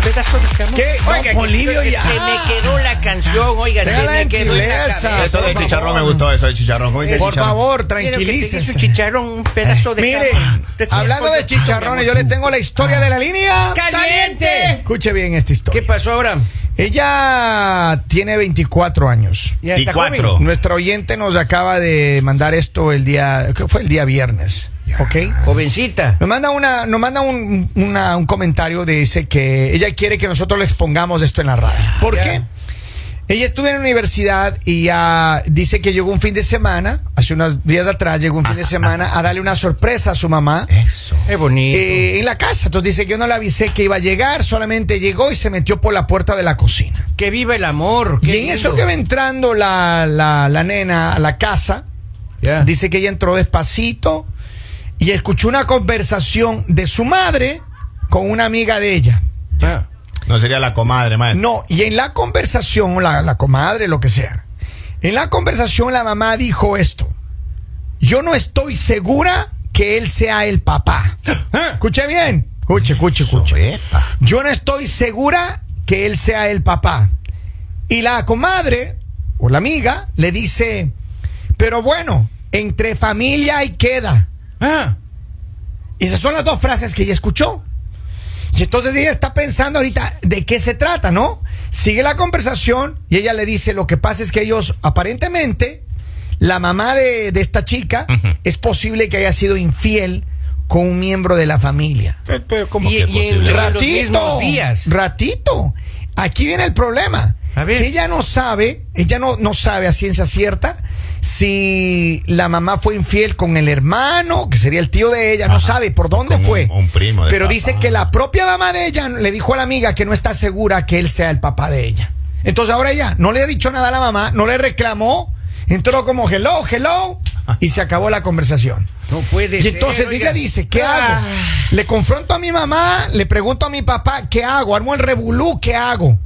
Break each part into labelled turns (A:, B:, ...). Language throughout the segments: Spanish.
A: Carlos?
B: ¿Qué? Oiga,
A: Polibio
B: que-
A: ya.
C: Se me quedó la canción, oiga,
B: Tenga
C: se
B: la
C: me quedó en la
B: gentileza.
C: cabeza.
D: Eso del chicharrón me gustó, eso del chicharrón. ¿Cómo dice
B: Por
D: chicharrón?
C: Quiero
B: favor,
C: que te dejes un
B: tranquilícese.
C: chicharrón, un pedazo de
B: Mire,
C: carne. Refresco
B: hablando de chicharrones, yo les tengo la historia de la línea.
C: ¡Caliente!
B: Escuche bien esta
C: ¿Qué
B: historia.
C: pasó ahora?
B: Ella tiene 24 años.
C: Ya está
D: Y cuatro.
C: joven.
B: Nuestra oyente nos acaba de mandar esto el día, creo que fue el día viernes, ¿ok?
C: Jovencita.
B: Nos manda, una, nos manda un, una- un comentario de dice que ella quiere que nosotros le expongamos esto en la radio. ¿Por
C: Ya.
B: qué? Ella estuvo en la universidad y ah, dice que llegó un fin de semana, hace unos días atrás llegó un fin de semana a darle una sorpresa a su mamá.
D: Eso.
C: Qué bonito.
B: eh, en la casa, entonces dice que yo no le avisé que iba a llegar, solamente llegó y se metió por la puerta de la cocina.
C: que viva el amor.
B: Y
C: qué
B: en eso
C: lindo.
B: que va entrando la, la- la nena a la casa,
C: Ya.
B: dice que ella entró despacito y escuchó una conversación de su madre con una amiga de ella.
C: Ya.
D: No sería la comadre, maestro.
B: No, y en la conversación, la, la comadre, lo que sea, en la conversación la mamá dijo esto, yo no estoy segura que él sea el papá. Escuche bien, escuche, escuche, escuche.
D: Sobepa.
B: Yo no estoy segura que él sea el papá. Y la comadre o la amiga le dice, pero bueno, entre familia y queda.
C: Ah.
B: Y esas son las dos frases que ella escuchó. Y entonces ella está pensando ahorita de qué se trata, ¿no? Sigue la conversación y ella le dice, lo que pasa es que ellos aparentemente, la mamá de, de esta chica, es posible que haya sido infiel con un miembro de la familia.
D: Pero, pero ¿cómo
C: Y-
D: que es
C: y en
D: posible?
C: la-
D: Ra-
C: los mismos días.
B: Ratito. Aquí viene el problema.
C: A ver.
B: Que ella no sabe, ella no, no sabe a ciencia cierta si la mamá fue infiel con el hermano, que sería el tío de ella, no
D: Ajá.
B: sabe por dónde
D: Con un-
B: fue.
D: un primo de
B: Pero
D: papá.
B: dice que la propia mamá de ella le dijo a la amiga que no está segura que él sea el papá de ella. Entonces ahora ella no le ha dicho nada a la mamá, no le reclamó, entró como hello, hello, y se acabó la conversación.
C: No puede
B: Y
C: ser,
B: entonces
C: oiga.
B: ella dice, ¿qué
C: Ah.
B: hago? Le confronto a mi mamá, le pregunto a mi papá, ¿qué hago? Armo el revolú, ¿qué hago?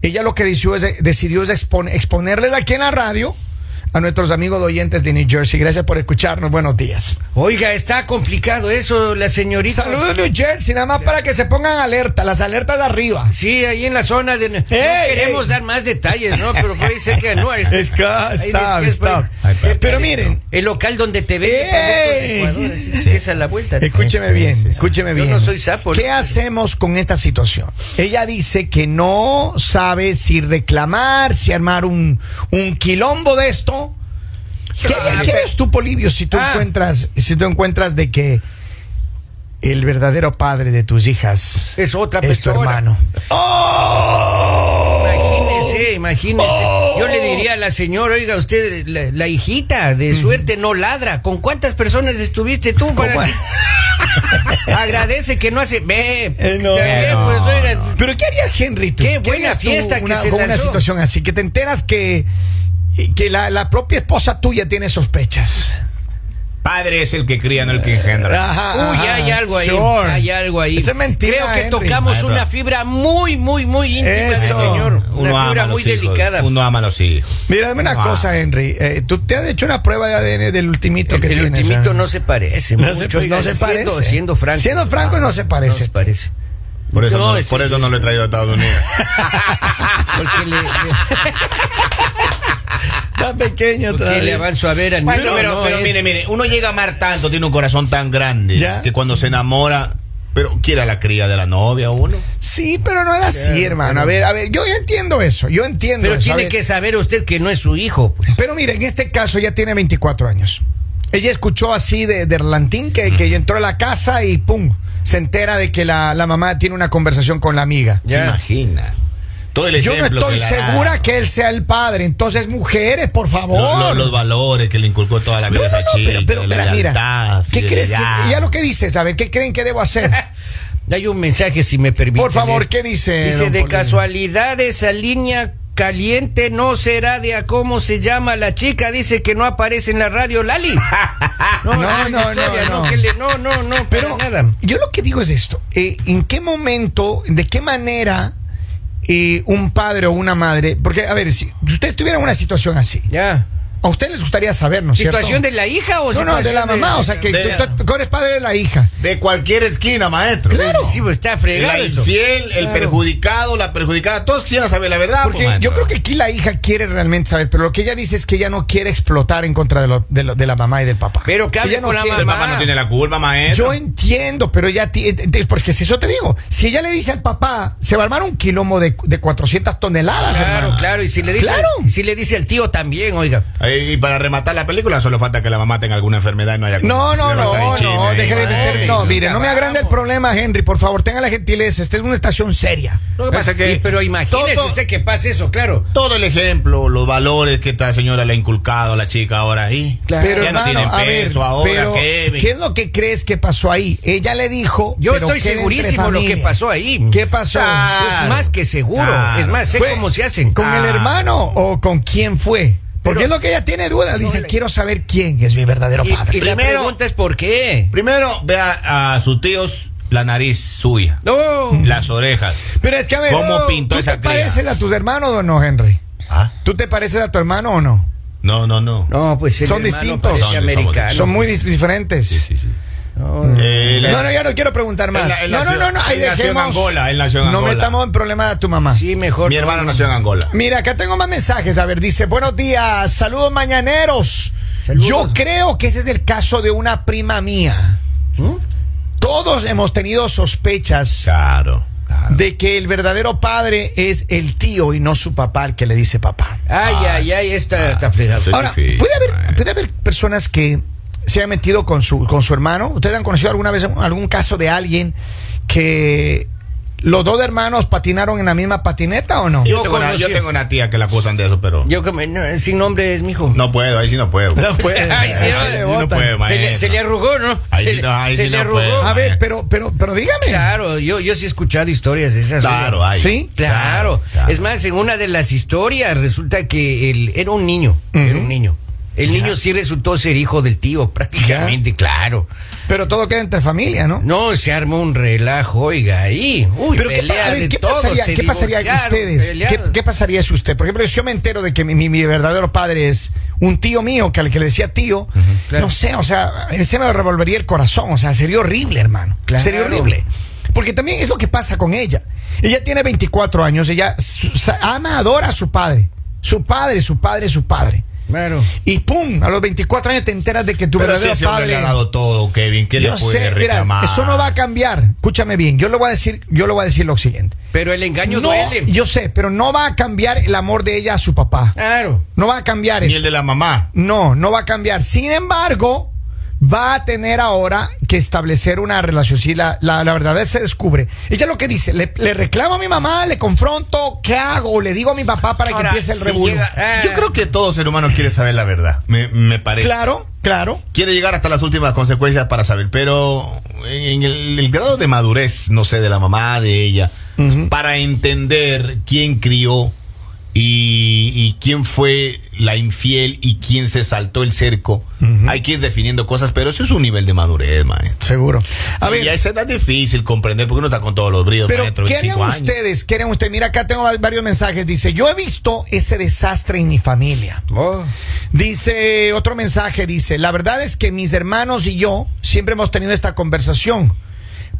B: Ella lo que decidió es, decidió es expon- exponerles aquí en la radio a nuestros amigos de oyentes de New Jersey. Gracias por escucharnos. Buenos días.
C: Oiga, está complicado eso, la señorita.
B: Saludos New Jersey, nada más para que se pongan alerta, las alertas de arriba.
C: Sí, ahí en la zona de. No queremos
B: ey!
C: dar más detalles, ¿no? Pero puede ser que no. Es,
B: Es que- ah,
C: ahí
B: stop,
C: después,
B: stop.
C: bueno, cerca
B: Pero
C: de-
B: miren.
C: El local donde te venden
B: ¡Ey!
C: productos de Ecuador. Es, es que esa es la vuelta.
B: Escúcheme
D: Sí, sí,
B: bien,
D: sí, sí.
B: escúcheme
C: Yo
B: bien.
C: no soy sapo,
B: ¿Qué
C: ¿no?
B: hacemos con esta situación? Ella dice que no sabe si reclamar, si armar un, un quilombo de esto. ¿Qué,
C: Ah,
B: qué
C: pe-
B: ves tú, Polibio, si tú
C: Ah.
B: encuentras, si tú encuentras de que el verdadero padre de tus hijas
C: Es otra
B: es tu
C: persona.
B: hermano? Oh.
C: Imagínese, imagínese. Yo le diría a la señora, oiga, usted, la, la hijita de
B: Mm.
C: suerte no ladra. ¿Con cuántas personas estuviste tú? Para
B: ¿Cómo?
C: que- Agradece que no hace. Ve.
B: Eh, no.
C: también,
D: Eh, no,
C: pues, oiga,
D: no.
B: Pero ¿qué harías, Henry? tú?
C: Qué buena
B: harías tú
C: fiesta que
B: una-
C: se
B: con una
C: lanzó.
B: situación así? Que te enteras que, que la, la propia esposa tuya tiene sospechas.
D: Padre es el que cría, no el que engendra.
B: Ajá,
C: Uy,
B: ajá.
C: hay algo ahí.
B: Sure.
C: Hay algo ahí.
B: Esa es mentira.
C: Creo que
B: Henry.
C: tocamos
D: Maestro.
C: una fibra muy, muy, muy íntima del
B: Eso.
C: señor.
D: Uno
C: Una
D: ama a
C: fibra
D: los
C: muy
D: hijos,
C: delicada.
D: Uno ama a los hijos.
B: Mira, dame una
D: Wow.
B: cosa, Henry. Eh, Tú te has hecho una prueba de ADN del ultimito
C: El,
B: que
C: el
B: tienes.
C: ultimito
B: ¿ah?
C: no se parece.
B: No
C: mucho,
B: se- pues,
C: oiga,
B: no se
C: siendo-
B: parece.
C: Siendo franco.
B: Siendo franco, no se parece.
C: No se parece.
D: Por eso
C: No,
D: no,
C: es-
D: por eso no lo he traído a Estados Unidos.
C: Porque le,
B: Está pequeño
C: Ah, porque le avanzo a ver al
D: Bueno,
C: niño,
D: pero,
C: no,
D: pero
C: es-
D: mire, mire, uno llega a amar tanto, tiene un corazón tan grande
B: Ya.
D: que cuando se enamora, pero quiere a la cría de la novia uno.
B: Sí, pero no es así, hermano. A ver, a ver, yo yo entiendo eso. Yo entiendo
C: Pero
B: eso, pues, a
C: tiene
B: ver.
C: que saber usted que no es su hijo, pues.
B: Pero mire, en este caso ya tiene 24 años. Ella escuchó así de, de Erlantín que, que entró a la casa y pum, se entera de que la, la mamá tiene una conversación con la amiga.
C: Ya.
D: Imagina. Todo el
B: Yo no
D: ejemplo
B: estoy
D: que le ha
B: segura
D: dado.
B: que él sea el padre. Entonces, mujeres, por favor.
D: Lo- lo- los valores que le inculcó toda la vida
B: No,
D: a
B: no,
D: esa
B: no,
D: chica,
B: pero, pero
D: la
B: mira, mira,
D: lealtad,
B: ¿qué crees? Que,
D: fidelidad.
B: ya lo que dices, a ver, ¿qué creen que debo hacer?
C: Hay un mensaje, si me permite.
B: Por favor,
C: leer.
B: ¿qué dice,
C: Dice,
B: don
C: de
B: Polibio?
C: casualidad esa línea caliente no será de a cómo se llama la chica. Dice que no aparece en la radio Lali.
B: No,
C: esa es la
B: no,
C: historia,
B: no,
C: no,
B: no.
C: que le- no, no, no, para
B: Pero
C: nada.
B: yo lo que digo es esto, eh, ¿en qué momento, de qué manera eh, un padre o una madre, porque a ver, si usted estuviera en una situación así,
C: Ya.
B: A usted les gustaría saber, ¿no es cierto?
C: ¿Situación de la hija o
B: No, no, de la
C: situación
B: mamá, o sea, que
D: de-
B: tú, tú eres padre de la hija.
D: De cualquier esquina, maestro.
B: Claro.
C: Sí, pues, está
D: La
C: fregado eso.
D: infiel, el
C: Claro.
D: perjudicado, la perjudicada. Todos quisieran saber la verdad. pues,
B: Porque
D: maestro.
B: yo creo que aquí la hija quiere realmente saber, pero lo que ella dice es que ella no quiere explotar en contra de, lo- de lo- de la mamá y del papá.
C: Pero que hable
B: Ella no
C: con la
B: quiere.
D: El papá
C: mamá.
D: Ah, no tiene la culpa, maestro.
B: Yo entiendo, pero ella ti- eh, porque si eso te digo, si ella le dice al papá, se va a armar un quilombo de, de 400 toneladas,
C: Claro,
B: hermano.
C: claro. Y si le dice,
B: Claro.
C: si le dice al tío también, oiga.
D: Ahí, Y para rematar la película, solo falta que la mamá tenga alguna enfermedad y no haya.
B: No, no,
D: Ya va a
B: no,
D: estar en
B: no,
D: China ¿eh? ahí,
B: deje de
D: maestro.
B: meter. No,
C: Ay,
B: mire,
C: ya
B: no me agrande el
C: vamos.
B: problema, Henry, por favor, tenga la gentileza. Esta es una estación seria.
D: Lo que pasa es que
C: Y- pero imagínese
D: todo-
C: usted que pase eso, claro.
D: Todo el ejemplo, los valores que esta señora le ha inculcado a la chica ahora ahí.
C: Claro.
B: Pero
D: ya
B: hermano,
D: no
B: a
D: tienen
B: ver,
D: peso ahora,
B: pero,
D: Kevin.
B: ¿qué es lo que crees que pasó ahí? Ella le dijo.
C: Yo
B: pero
C: estoy
B: queda entre
C: segurísimo lo que
B: familia.
C: pasó ahí.
B: ¿Qué pasó?
D: Ah,
C: Es más que seguro.
D: Claro.
C: Es más, sé
B: Fue-
C: cómo se hacen.
B: ¿Con el
D: Ah.
B: hermano o con quién fue? Porque
C: Pero-
B: es lo que ella tiene duda. Dice,
C: No le-
B: quiero saber quién es mi verdadero
C: Y,
B: padre.
C: y la
D: Primero-
C: pregunta es por qué.
D: Primero, vea a sus tíos la nariz suya,
C: No.
D: las orejas.
B: Pero es que a ver,
D: ¿Cómo pintó
B: ¿tú
D: esa
B: te
D: cría?
B: pareces a tus hermanos o no, Henry?
D: Ah,
B: ¿Tú te pareces a tu hermano o no?
D: No, no, no.
C: No, pues el
B: Son
C: hermano
B: distintos.
C: parece
D: Son- son-
C: americano.
B: Son muy dif- diferentes.
D: Ah, Sí, sí, sí.
C: No,
D: Eh, la-
B: No, no, ya no quiero preguntar más.
D: Él na- él
B: no, no,
D: nació-
B: no, no,
D: él
B: ahí
D: nació en
B: dejemos.
D: Angola, él nació en
B: No
D: Angola.
B: metamos en problemas a tu mamá.
C: Sí, mejor.
D: Mi
C: no.
D: hermana nació en Angola.
B: Mira, acá tengo más mensajes. A ver, dice, buenos días, saludos mañaneros.
C: Saludos.
B: Yo creo que ese es el caso de una prima mía.
C: ¿Mm?
B: Todos hemos tenido sospechas
D: Claro, claro.
B: de que el verdadero padre es el tío y no su papá el que le dice papá.
C: Ay, ay, ay, está, está fregado.
D: Ah. Sí. Es
B: Ahora,
D: difícil,
B: puede haber,
D: man.
B: puede haber personas que se han metido con su, con su hermano. ¿Ustedes han conocido alguna vez algún caso de alguien que los dos hermanos patinaron en la misma patineta o no?
D: Yo,
C: Yo
D: tengo una, yo
C: conocí-
D: tengo una tía que la acusan de eso, pero.
C: Yo que me- no, sin nombre es mi hijo.
D: No puedo, ahí sí no puedo.
B: No puede.
C: Ay, sí,
B: Ahí
C: no,
B: se le
C: sí,
D: no
B: botan.
D: puede, man.
C: Se le, se le arrugó, ¿no?
D: Ahí
C: se
D: sí
C: le,
D: no, ahí
C: se
D: sí
C: le
D: no
C: arrugó. Ah,
D: puedo.
B: A ver, pero, pero, pero dígame.
C: Claro, yo, yo sí he escuchado historias de esas.
D: Claro,
C: oiga.
D: hay.
B: Sí,
C: Claro.
D: claro.
C: Es más, en una de las historias resulta que él era un niño. Era un niño. El niño sí resultó ser hijo del tío, prácticamente, claro.
B: Pero todo queda entre familia, ¿no?
C: No, se armó un relajo, oiga, ahí. Uy,
B: Pero ¿qué, pa-
C: pelea
B: a ver,
C: de
B: ¿qué
C: todo,
B: pasaría,
C: se
B: qué pasaría que
C: divorciaron,
B: ustedes? ¿Qué,
C: pelearon.
B: qué pasaría si usted, por ejemplo, si yo me entero de que mi, mi- mi verdadero padre es un tío mío, que al que le decía tío,
C: Claro.
B: no sé, o sea, se me revolvería el corazón, o sea, sería horrible, hermano.
C: Claro.
B: Sería horrible. Porque también es lo que pasa con ella. Ella tiene 24 años, ella su- sa- ama, adora a su padre. Su padre, su padre, su padre.
C: Claro.
B: Y pum, a los 24 años te enteras de que tu
D: Pero si
B: verdadero
D: ese hombre
B: padre
D: le ha dado todo, Kevin, ¿qué le
B: yo
D: puede
B: sé, mira,
D: reclamar?
B: eso no va a cambiar. Escúchame bien, yo le voy a decir, yo le voy a decir lo siguiente.
C: Pero el engaño
B: No,
C: duele.
B: yo sé, pero no va a cambiar el amor de ella a su papá.
C: Claro.
B: No va a cambiar
D: Ni el
B: eso.
D: de la mamá.
B: No, no va a cambiar. Sin embargo, va a tener ahora que establecer una relación. Si la, la, la verdad se descubre. Ella lo que dice, le, le reclamo a mi mamá, le confronto, ¿qué hago? Le digo a mi papá para
D: Ahora,
B: que empiece el
D: si
B: revuelo. Eh.
D: llega- eh.
C: Ah.
D: Yo creo que todo ser humano quiere saber la verdad. Me, me parece.
B: Claro, claro.
D: Quiere llegar hasta las últimas consecuencias para saber, pero en el, el grado de madurez, no sé, de la mamá, de ella, para entender quién crió y, y quién fue la infiel y quién se saltó el cerco, hay que ir definiendo cosas, pero eso es un nivel de madurez, maestro.
B: Seguro. A ver,
D: y a esa edad es difícil comprender porque uno está con todos los bríos,
B: Pero,
D: maestro,
B: ¿qué
D: 25
B: harían
D: años.
B: ustedes? ¿Qué harían ustedes? Mira, acá tengo va- varios mensajes. Dice, yo he visto ese desastre en mi familia.
C: Oh.
B: Dice, otro mensaje, dice, la verdad es que mis hermanos y yo siempre hemos tenido esta conversación.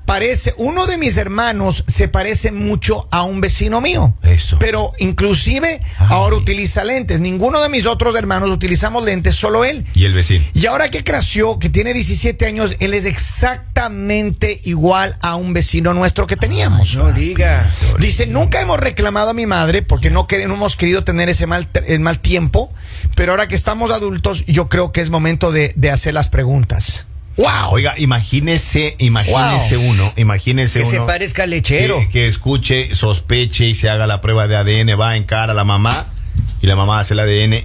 B: Parece, uno de mis hermanos se parece mucho a un vecino mío.
D: Eso.
B: Pero inclusive ahora utiliza lentes. Ninguno de mis otros hermanos utilizamos lentes, solo él.
D: Y el vecino.
B: Y ahora que creció, que tiene 17 años, él es exactamente igual a un vecino nuestro que teníamos.
C: No diga.
B: Dice, nunca hemos reclamado a mi madre porque no, quer- no hemos querido tener ese mal, t- el mal tiempo, pero ahora que estamos adultos, yo creo que es momento de, de hacer las preguntas.
D: Wow. Oiga, imagínese, imagínese
B: Wow.
D: uno, imagínese
C: Que
D: uno.
C: se parezca al lechero.
D: Que, que escuche, sospeche y se haga la prueba de ADN, va en cara a la mamá y la mamá hace el ADN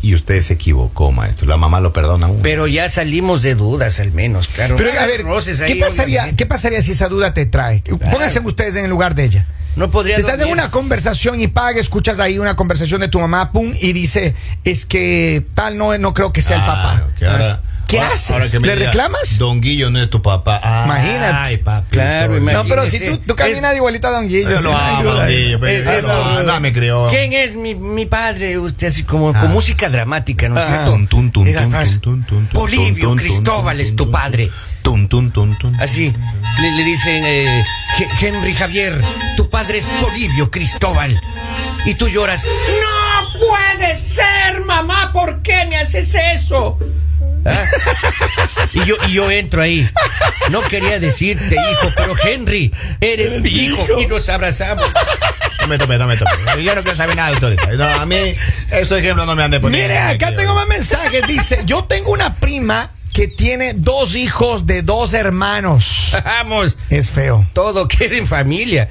D: y usted se equivocó, maestro. La mamá lo perdona a uno.
C: Pero ya salimos de dudas, al menos, claro.
B: Pero
C: No
B: a
C: hay
B: ver,
C: roces ahí,
B: ¿qué pasaría,
C: obviamente.
B: ¿qué pasaría si esa duda te trae? Pónganse ustedes en el lugar de ella.
C: No podría
B: Si estás en
C: dormir.
B: una conversación y paga, escuchas ahí una conversación de tu mamá, pum, y dice, es que tal no, no creo que sea el
D: Claro,
B: papá.
C: Ah.
D: que ahora,
B: ¿Qué
D: Ahora-
B: haces?
D: ahora que me
B: ¿Le
D: diga,
B: reclamas?
D: Don Guillo no es tu papá. Ay,
B: Imagínate.
D: papi.
C: Claro,
D: Don-
B: No,
C: imagínate.
B: pero si tú, tú caminas de igualito a Don Guillo.
D: Yo
B: sí,
D: lo amo,
B: ayuda.
D: Don Guillo. pero
C: Es-
D: yo lo
C: es-
D: amo, no me creó.
C: ¿Quién es mi, mi padre? Usted así como
D: Ah.
C: con música dramática, ¿no es
B: Ah.
C: cierto?
D: Tun, tun, tun,
C: Era
D: tun,
C: más,
D: tun, tun, tun, tun,
C: Polibio
D: tun, tun,
C: Cristóbal
D: tun,
C: es
D: tun,
C: tu
D: tun,
C: padre.
D: tun, tun, tun, tun.
C: Así le, le dicen eh, Ge- Henry Javier, tu padre es Polibio Cristóbal. Y tú lloras, ¡No puede ser, mamá! ¿Por qué me haces eso? ¿Ah? Y, yo, y yo entro ahí. No quería decirte, hijo, pero Henry, eres mi hijo. Y nos abrazamos.
D: No me tope, no me tope. Yo no quiero saber nada de autoridad. No, a mí, esos ejemplos no me han de poner.
B: Mire,
D: No me
B: acá
D: creo.
B: tengo más mensajes. Dice, yo tengo una prima que tiene dos hijos de dos hermanos.
C: Vamos,
B: Es feo.
C: todo queda en familia.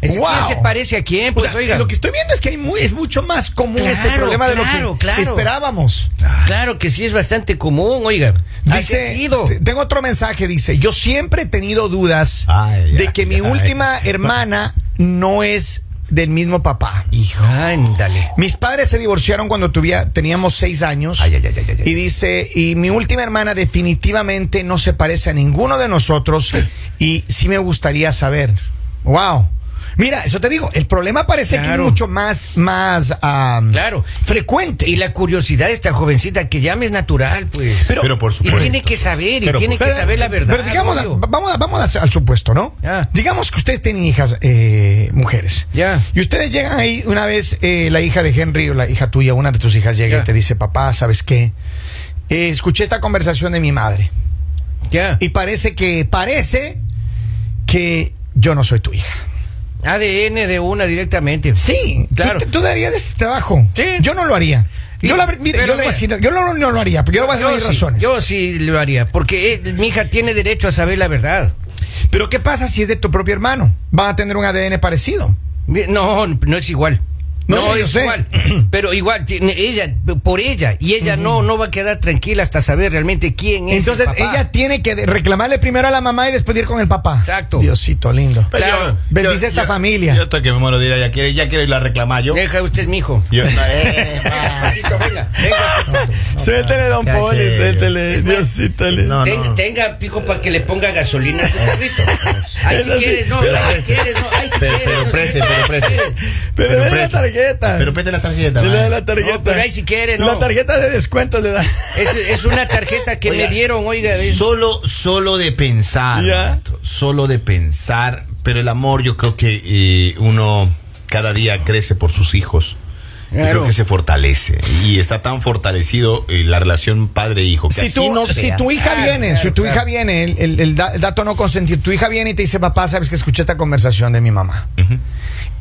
C: Es,
B: Wow.
C: ¿Quién se parece a quién?
B: O
C: Pues
B: sea,
C: oiga.
B: lo que estoy viendo es que hay muy, es mucho más común este
C: Claro,
B: problema de lo
C: claro,
B: que
C: claro.
B: esperábamos.
D: Ah.
C: Claro que sí es bastante común, oiga. Así ha
B: Dice,
C: sido.
B: te- tengo otro mensaje, dice, yo siempre he tenido dudas
D: Ay,
B: de
D: ay,
B: que mi
D: ay.
B: última hermana no es del mismo papá.
C: Hijo. Ándale.
B: Mis padres se divorciaron cuando tuvía- teníamos seis años.
D: Ay, ay, ay, ay, ay, ay.
B: Y dice, y mi última hermana definitivamente no se parece a ninguno de nosotros y sí me gustaría saber. Wow. Mira, eso te digo, el problema parece que
C: Claro.
B: es mucho más, más am,
C: Claro.
B: frecuente.
C: Y la curiosidad de esta jovencita que llama es natural, pues.
D: Pero, por supuesto.
C: y tiene que saber, y
D: Pero
C: tiene
D: por-
C: que saber la verdad.
B: Pero digamos,
C: obvio.
B: vamos, a- vamos a hacer al supuesto, ¿no?
C: Ya.
B: Digamos que ustedes tienen hijas eh, mujeres.
C: Ya.
B: Y ustedes llegan ahí, una vez eh, la hija de Henry o la hija tuya, una de tus hijas llega
C: Ya.
B: y te dice, papá, ¿sabes qué? Eh, escuché esta conversación de mi madre
C: ya.
B: y parece que, parece que yo no soy tu hija.
C: ADN de una directamente.
B: Sí, tú-
C: Claro.
B: Tú, darías este trabajo.
C: Sí.
B: Yo no lo haría.
C: Y-
B: yo la, ver- mira,
C: pero
B: yo le voy a
C: mira.
B: decir, yo no, no lo haría, porque yo le voy a decir mis
C: sí,
B: razones.
C: yo sí lo haría, porque eh, mi hija tiene derecho a saber la verdad.
B: Pero ¿qué pasa si es de tu propio hermano? Van a tener un ADN parecido.
C: Mi- No, no es igual.
B: No,
C: No,
B: yo
C: es
B: sé.
C: igual. Pero igual, tiene- ella, por ella. Y ella no, no va a quedar tranquila hasta saber realmente quién es. el
B: Entonces
C: papá.
B: ella tiene que de- reclamarle primero a la mamá y después ir con el papá.
C: Exacto.
B: Diosito lindo.
D: Pero
C: Claro.
B: Bendice esta familia.
D: Yo estoy que me muero de ira, ya quiero, ya quiero ir a reclamar yo.
C: Deja usted, mi hijo.
D: Yo- Eh,
C: Papito, venga, venga.
B: suéltele, don
D: sea Poli, serio. suéltele,
B: Diosito lindo.
D: No,
C: Ten-
D: no.
C: Tenga pico para que le ponga gasolina a su carrito. Ahí si
B: Eso sí,
C: quieres, no,
D: pero-
C: ahí si quieres, no, ahí si
D: Pero-
C: quieres.
D: pero
C: no,
D: preste,
C: si
D: pero preste.
C: quieres.
B: Pero,
D: Pero
B: dale la
D: preste.
B: tarjeta.
D: Pero pete la tarjeta.
B: Dale
D: man.
B: la tarjeta.
C: No, pero ahí si quiere, no.
B: La tarjeta de descuento le da.
C: Es, es una tarjeta que
D: Oiga,
C: me dieron, oiga. de-
D: Solo, solo de pensar.
B: Ya.
D: maestro, Solo de pensar. Pero el amor, yo creo que eh, uno cada día crece por sus hijos. Yo
C: Claro.
D: creo que se fortalece. Y está tan fortalecido eh, la relación padre-hijo que
B: Si
D: así
B: tu,
D: no
B: si
D: sea.
B: tu hija
C: Claro,
B: viene,
C: claro,
B: si tu
C: claro.
B: hija viene, el, el- el da- el dato no consentido, tu hija viene y te dice, papá, sabes que escuché esta conversación de mi mamá.
D: Ujú.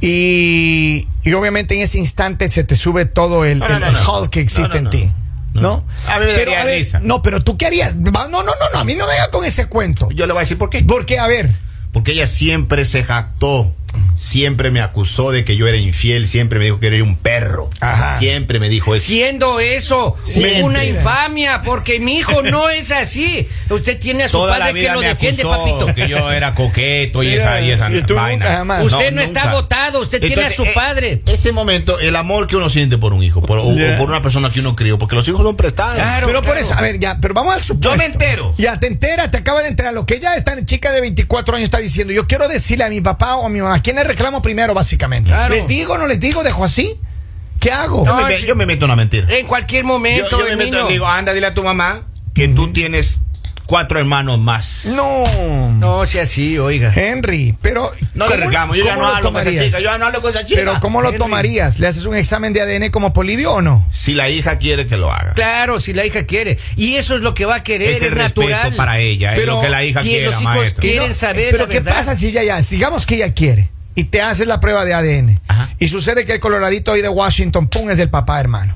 B: Y, y obviamente en ese instante se te sube todo el,
D: No, no,
B: el-
D: no,
B: el
D: no.
B: Hulk que
D: No,
B: existe
D: no,
B: en
D: no.
B: ti. ¿No?
D: No, no. A mí me
B: pero,
D: daría
B: ver,
D: risa.
B: No, pero tú qué harías. Va, No, no, no, no, a mí no me venga con ese cuento.
D: Yo le voy a decir por qué.
B: Porque, a ver,
D: Porque ella siempre se jactó. Siempre me acusó de que yo era infiel. Siempre me dijo que era un perro.
B: Ajá.
D: Siempre me dijo eso.
C: Siendo eso
D: Siempre.
C: una infamia, porque mi hijo no es así. Usted tiene a su
D: Toda la
C: padre que
D: vida
C: lo
D: me
C: defiende,
D: acusó
C: papito.
D: que yo era coqueto y esa, y esa
B: Y tú
D: vaina.
B: nunca jamás.
C: Usted no está votado, usted tiene a su
D: eh,
C: padre.
D: Ese momento, el amor que uno siente por un hijo por, o, o
B: Ya.
D: por una persona que uno crió, porque los hijos son prestados.
C: Claro.
B: pero por
C: claro.
B: eso, a ver, ya, pero vamos al supuesto.
D: Yo me entero.
B: Ya, te enteras, te acaba de enterar. Lo que ya esta chica de 24 años está diciendo, yo quiero decirle a mi papá o a mi mamá, ¿quién le reclamo primero, básicamente?
C: Claro.
B: ¿Les digo, no les digo, dejo así? ¿Qué hago?
D: Yo,
C: No,
D: me,
C: es-
D: yo me meto una mentira.
C: En cualquier
D: Yo,
C: momento,
D: yo me
C: el
D: meto
C: niño. Mm.
D: y digo, anda, dile a tu mamá que tú tienes cuatro hermanos más.
B: No.
C: No sea así, oiga.
B: Henry, pero.
D: No le
B: ¿cómo-
D: reclamo, yo ya
B: cómo
D: no
B: lo
D: hablo con esa
B: tomarías?
D: chica, yo ya no hablo con esa chica.
B: Pero ¿cómo lo
C: Henry.
B: tomarías? ¿Le haces un examen de ADN como Polibio o no?
D: Si la hija quiere que lo haga.
C: Claro, si la hija quiere. Y eso es lo que va a querer,
D: es
C: es,
D: el
C: natural.
D: respeto para ella, ¿eh?
B: Pero
D: es lo que la hija
C: quien
D: quiera,
C: los hijos
D: maestro.
C: quieren
B: No,
C: saber
B: Pero
C: la
B: ¿qué
C: verdad.
B: pasa si ella ya, digamos que ella quiere y te haces la prueba de ADN
D: Ajá.
B: y sucede que el coloradito ahí de Washington, pum, es el papá, hermano.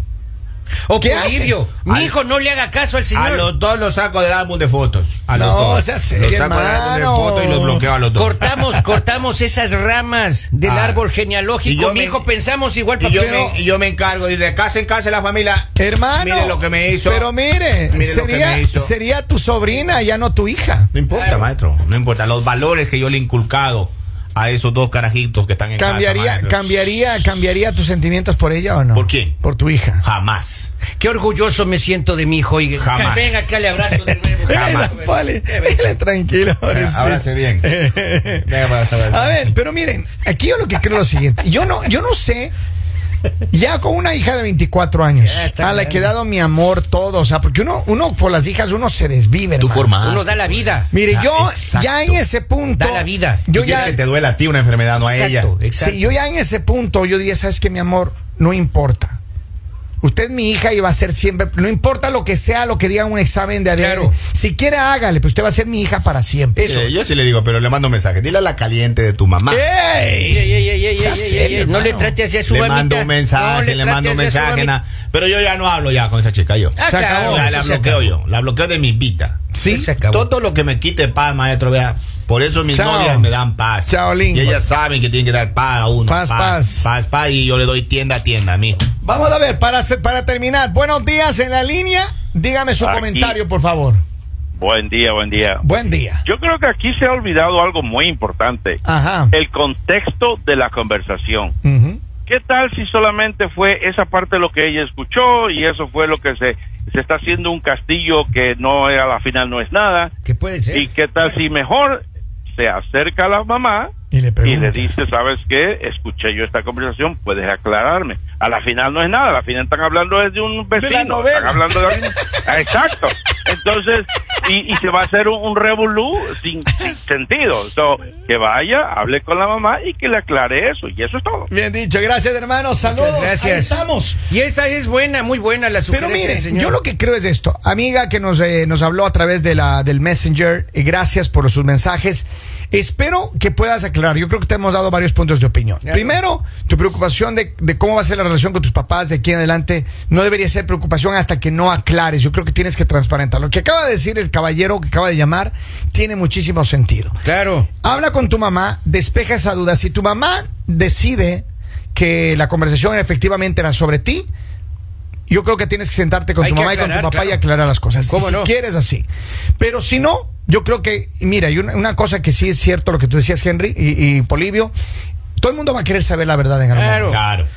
C: O
B: ¿Qué
C: Polibio,
B: haces?
C: mi
D: Al-
C: hijo no le haga caso al
D: A
C: señor.
D: los dos los saco del álbum de fotos. A los
B: No,
D: dos.
B: sea serio,
D: Los saco del álbum de
B: hermano.
D: fotos y los bloqueo a los dos.
C: Cortamos, cortamos esas ramas del
D: Ah.
C: árbol
D: Y
C: genealógico.
D: yo
C: Mi
D: me-
C: hijo pensamos igual,
D: Y yo,
C: papito.
D: me, y yo me encargo, y de casa en casa la familia.
B: Hermano.
D: Mire lo que me hizo.
B: Pero mire,
D: Mire lo que
B: sería,
D: me hizo.
B: sería tu sobrina, ya no tu hija.
D: No importa,
C: Claro.
D: maestro. No importa. Los valores que yo le he inculcado a esos dos carajitos que están en
B: ¿Cambiaría,
D: casa. madre.
B: cambiaría, cambiaría tus sentimientos por ella o no?
D: ¿Por quién?
B: Por tu hija.
D: Jamás.
C: Qué orgulloso me siento de mi hijo. Y
D: Jamás.
C: Ven acá, le abrazo de nuevo.
D: Jamás.
B: Dile, vale, dile
D: Ah,
B: tranquilo. pobrecito.
D: bien. pues,
B: A ver, pero miren, aquí yo lo que creo es lo siguiente. Yo no, yo no sé. Ya con una hija de 24 años,
C: Ya está
B: a la
C: bien.
B: que he dado mi amor todo, o sea, porque uno, uno por las hijas uno se desvive.
D: Tú
B: hermano.
D: formas.
C: Uno da la vida.
B: Mire,
D: Ah,
B: yo
D: exacto.
B: ya en ese punto.
C: Da la vida.
B: Yo
D: Tú quieres
B: ya,
D: que te duela a ti una enfermedad, no a ella.
C: Exacto, exacto.
B: sí, yo ya en ese punto, yo diría, sabes que mi amor, no importa. Usted es mi hija y va a ser siempre, no importa lo que sea, lo que diga un examen de ADN.
C: Claro.
B: Si quiere, hágale, pues usted va a ser mi hija para siempre.
C: Eso.
D: Eh, yo sí le digo, pero le mando un mensaje. Dile a la caliente de tu mamá.
C: Ey,
B: ¡Ey!
C: ey, ey, ey, ey,
B: Sea
C: ey, ey,
B: serio,
C: ey, No le
B: hermano.
C: trate así a su
D: Le
C: mamita.
D: mando un mensaje,
C: No
D: le,
C: trate
D: mando un
C: así a su
D: mensaje.
C: mamita.
D: nada. Pero yo ya no hablo ya con esa chica yo.
C: Ah,
B: Se
C: claro,
B: acabó,
D: Ya
C: eso
D: la
C: se
D: bloqueo
C: acabó.
D: yo. La bloqueo de mi vida.
B: Sí.
C: Se acabó.
D: Todo lo que me quite paz, maestro, vea. Por eso mis
B: Chao.
D: novias me dan paz.
B: Chao,
D: y
B: lingua.
D: ellas saben que tienen que dar paz a uno.
B: Paz, paz.
D: Paz, paz. paz, y yo le doy tienda a tienda, mijo.
B: Vamos a ver, para, hacer- para terminar, buenos días en la línea. Dígame su
A: Aquí.
B: comentario, por favor.
A: Buen día, buen día.
B: Buen día.
A: Yo creo que aquí se ha olvidado algo muy importante,
B: Ajá.
A: el contexto de la conversación.
B: Ujú.
A: ¿Qué tal si solamente fue esa parte lo que ella escuchó y eso fue lo que se, se está haciendo un castillo que no eh, a la final no es nada?
C: Que puede ser.
A: ¿Y qué tal si mejor se acerca a la mamá
B: Y le
A: y
B: pregunta.
A: le dice, ¿sabes qué? Escuché yo esta conversación, puedes aclararme. A la final no es nada, a la final están hablando es de un vecino.
B: novela.
A: Están hablando de alguien. Ah, Exacto. Entonces, y, y se va a hacer un, un revolú sin, sin sentido. So, que vaya, hable con la mamá y que le aclare eso. Y eso es todo.
B: Bien dicho, gracias hermano, saludos.
C: Muchas gracias.
B: Ahí estamos.
C: Y esta es buena, muy buena la
B: Pero
C: sugerencia del
B: miren,
C: señor.
B: yo lo que creo es esto. Amiga que nos, eh, nos habló a través de la, del Messenger, eh, gracias por sus mensajes. Espero que puedas aclarar. Yo creo que te hemos dado varios puntos de opinión.
C: Claro.
B: Primero, tu preocupación de, de cómo va a ser la relación con tus papás de aquí en adelante no debería ser preocupación hasta que no aclares. Yo creo que tienes que transparentar. Lo que acaba de decir el caballero que acaba de llamar tiene muchísimo sentido.
C: Claro.
B: Habla con tu mamá, despeja esa duda. Si tu mamá decide que la conversación efectivamente era sobre ti, yo creo que tienes que sentarte con
C: Hay
B: tu
C: que
B: mamá y con
C: aclarar,
B: tu papá
C: claro.
B: y aclarar las cosas.
C: ¿Cómo
B: si
C: no?
B: quieres así. Pero si no, yo creo que, mira, y una, una cosa que sí es cierto, lo que tú decías, Henry y, y Polivio, todo el mundo va a querer saber la verdad en algún
C: Claro.
B: momento.
D: Claro.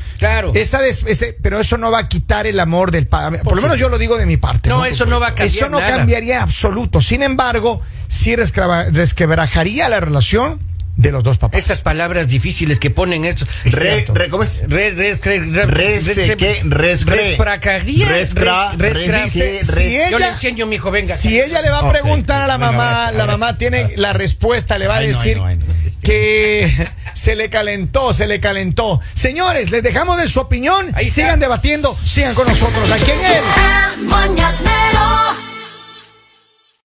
C: Claro.
B: Esa des- ese- pero eso no va a quitar el amor del padre. Por, lo menos yo lo digo de mi parte.
C: No, eso no va a cambiar
B: Eso no
C: nada.
B: cambiaría absoluto. Sin embargo, sí rescraba- resquebrajaría la relación de los dos papás.
C: Esas palabras difíciles que ponen estos.
D: Re, re, Eh, ¿Cómo es?
C: Re, res, cre, re,
D: Res-
C: res-
D: ¿qué? Res-
C: Respracaría.
D: Rescra-
C: Res- rescra-
D: res-
B: dice,
D: res-
B: si
C: Yo
B: ella-
C: le enseño, mijo, venga.
B: Si ella le va a
D: Ok,
B: preguntar a la
D: venga,
B: mamá,
D: abrazo,
B: la
D: abrazo.
B: mamá tiene la respuesta, le va a
D: Ay, no, ay,
B: decir
D: no, ay, no.
B: que se le calentó, se le calentó. Señores, les dejamos de su opinión.
C: Ahí está.
B: sigan debatiendo, sigan con nosotros aquí en él.
E: El mañanero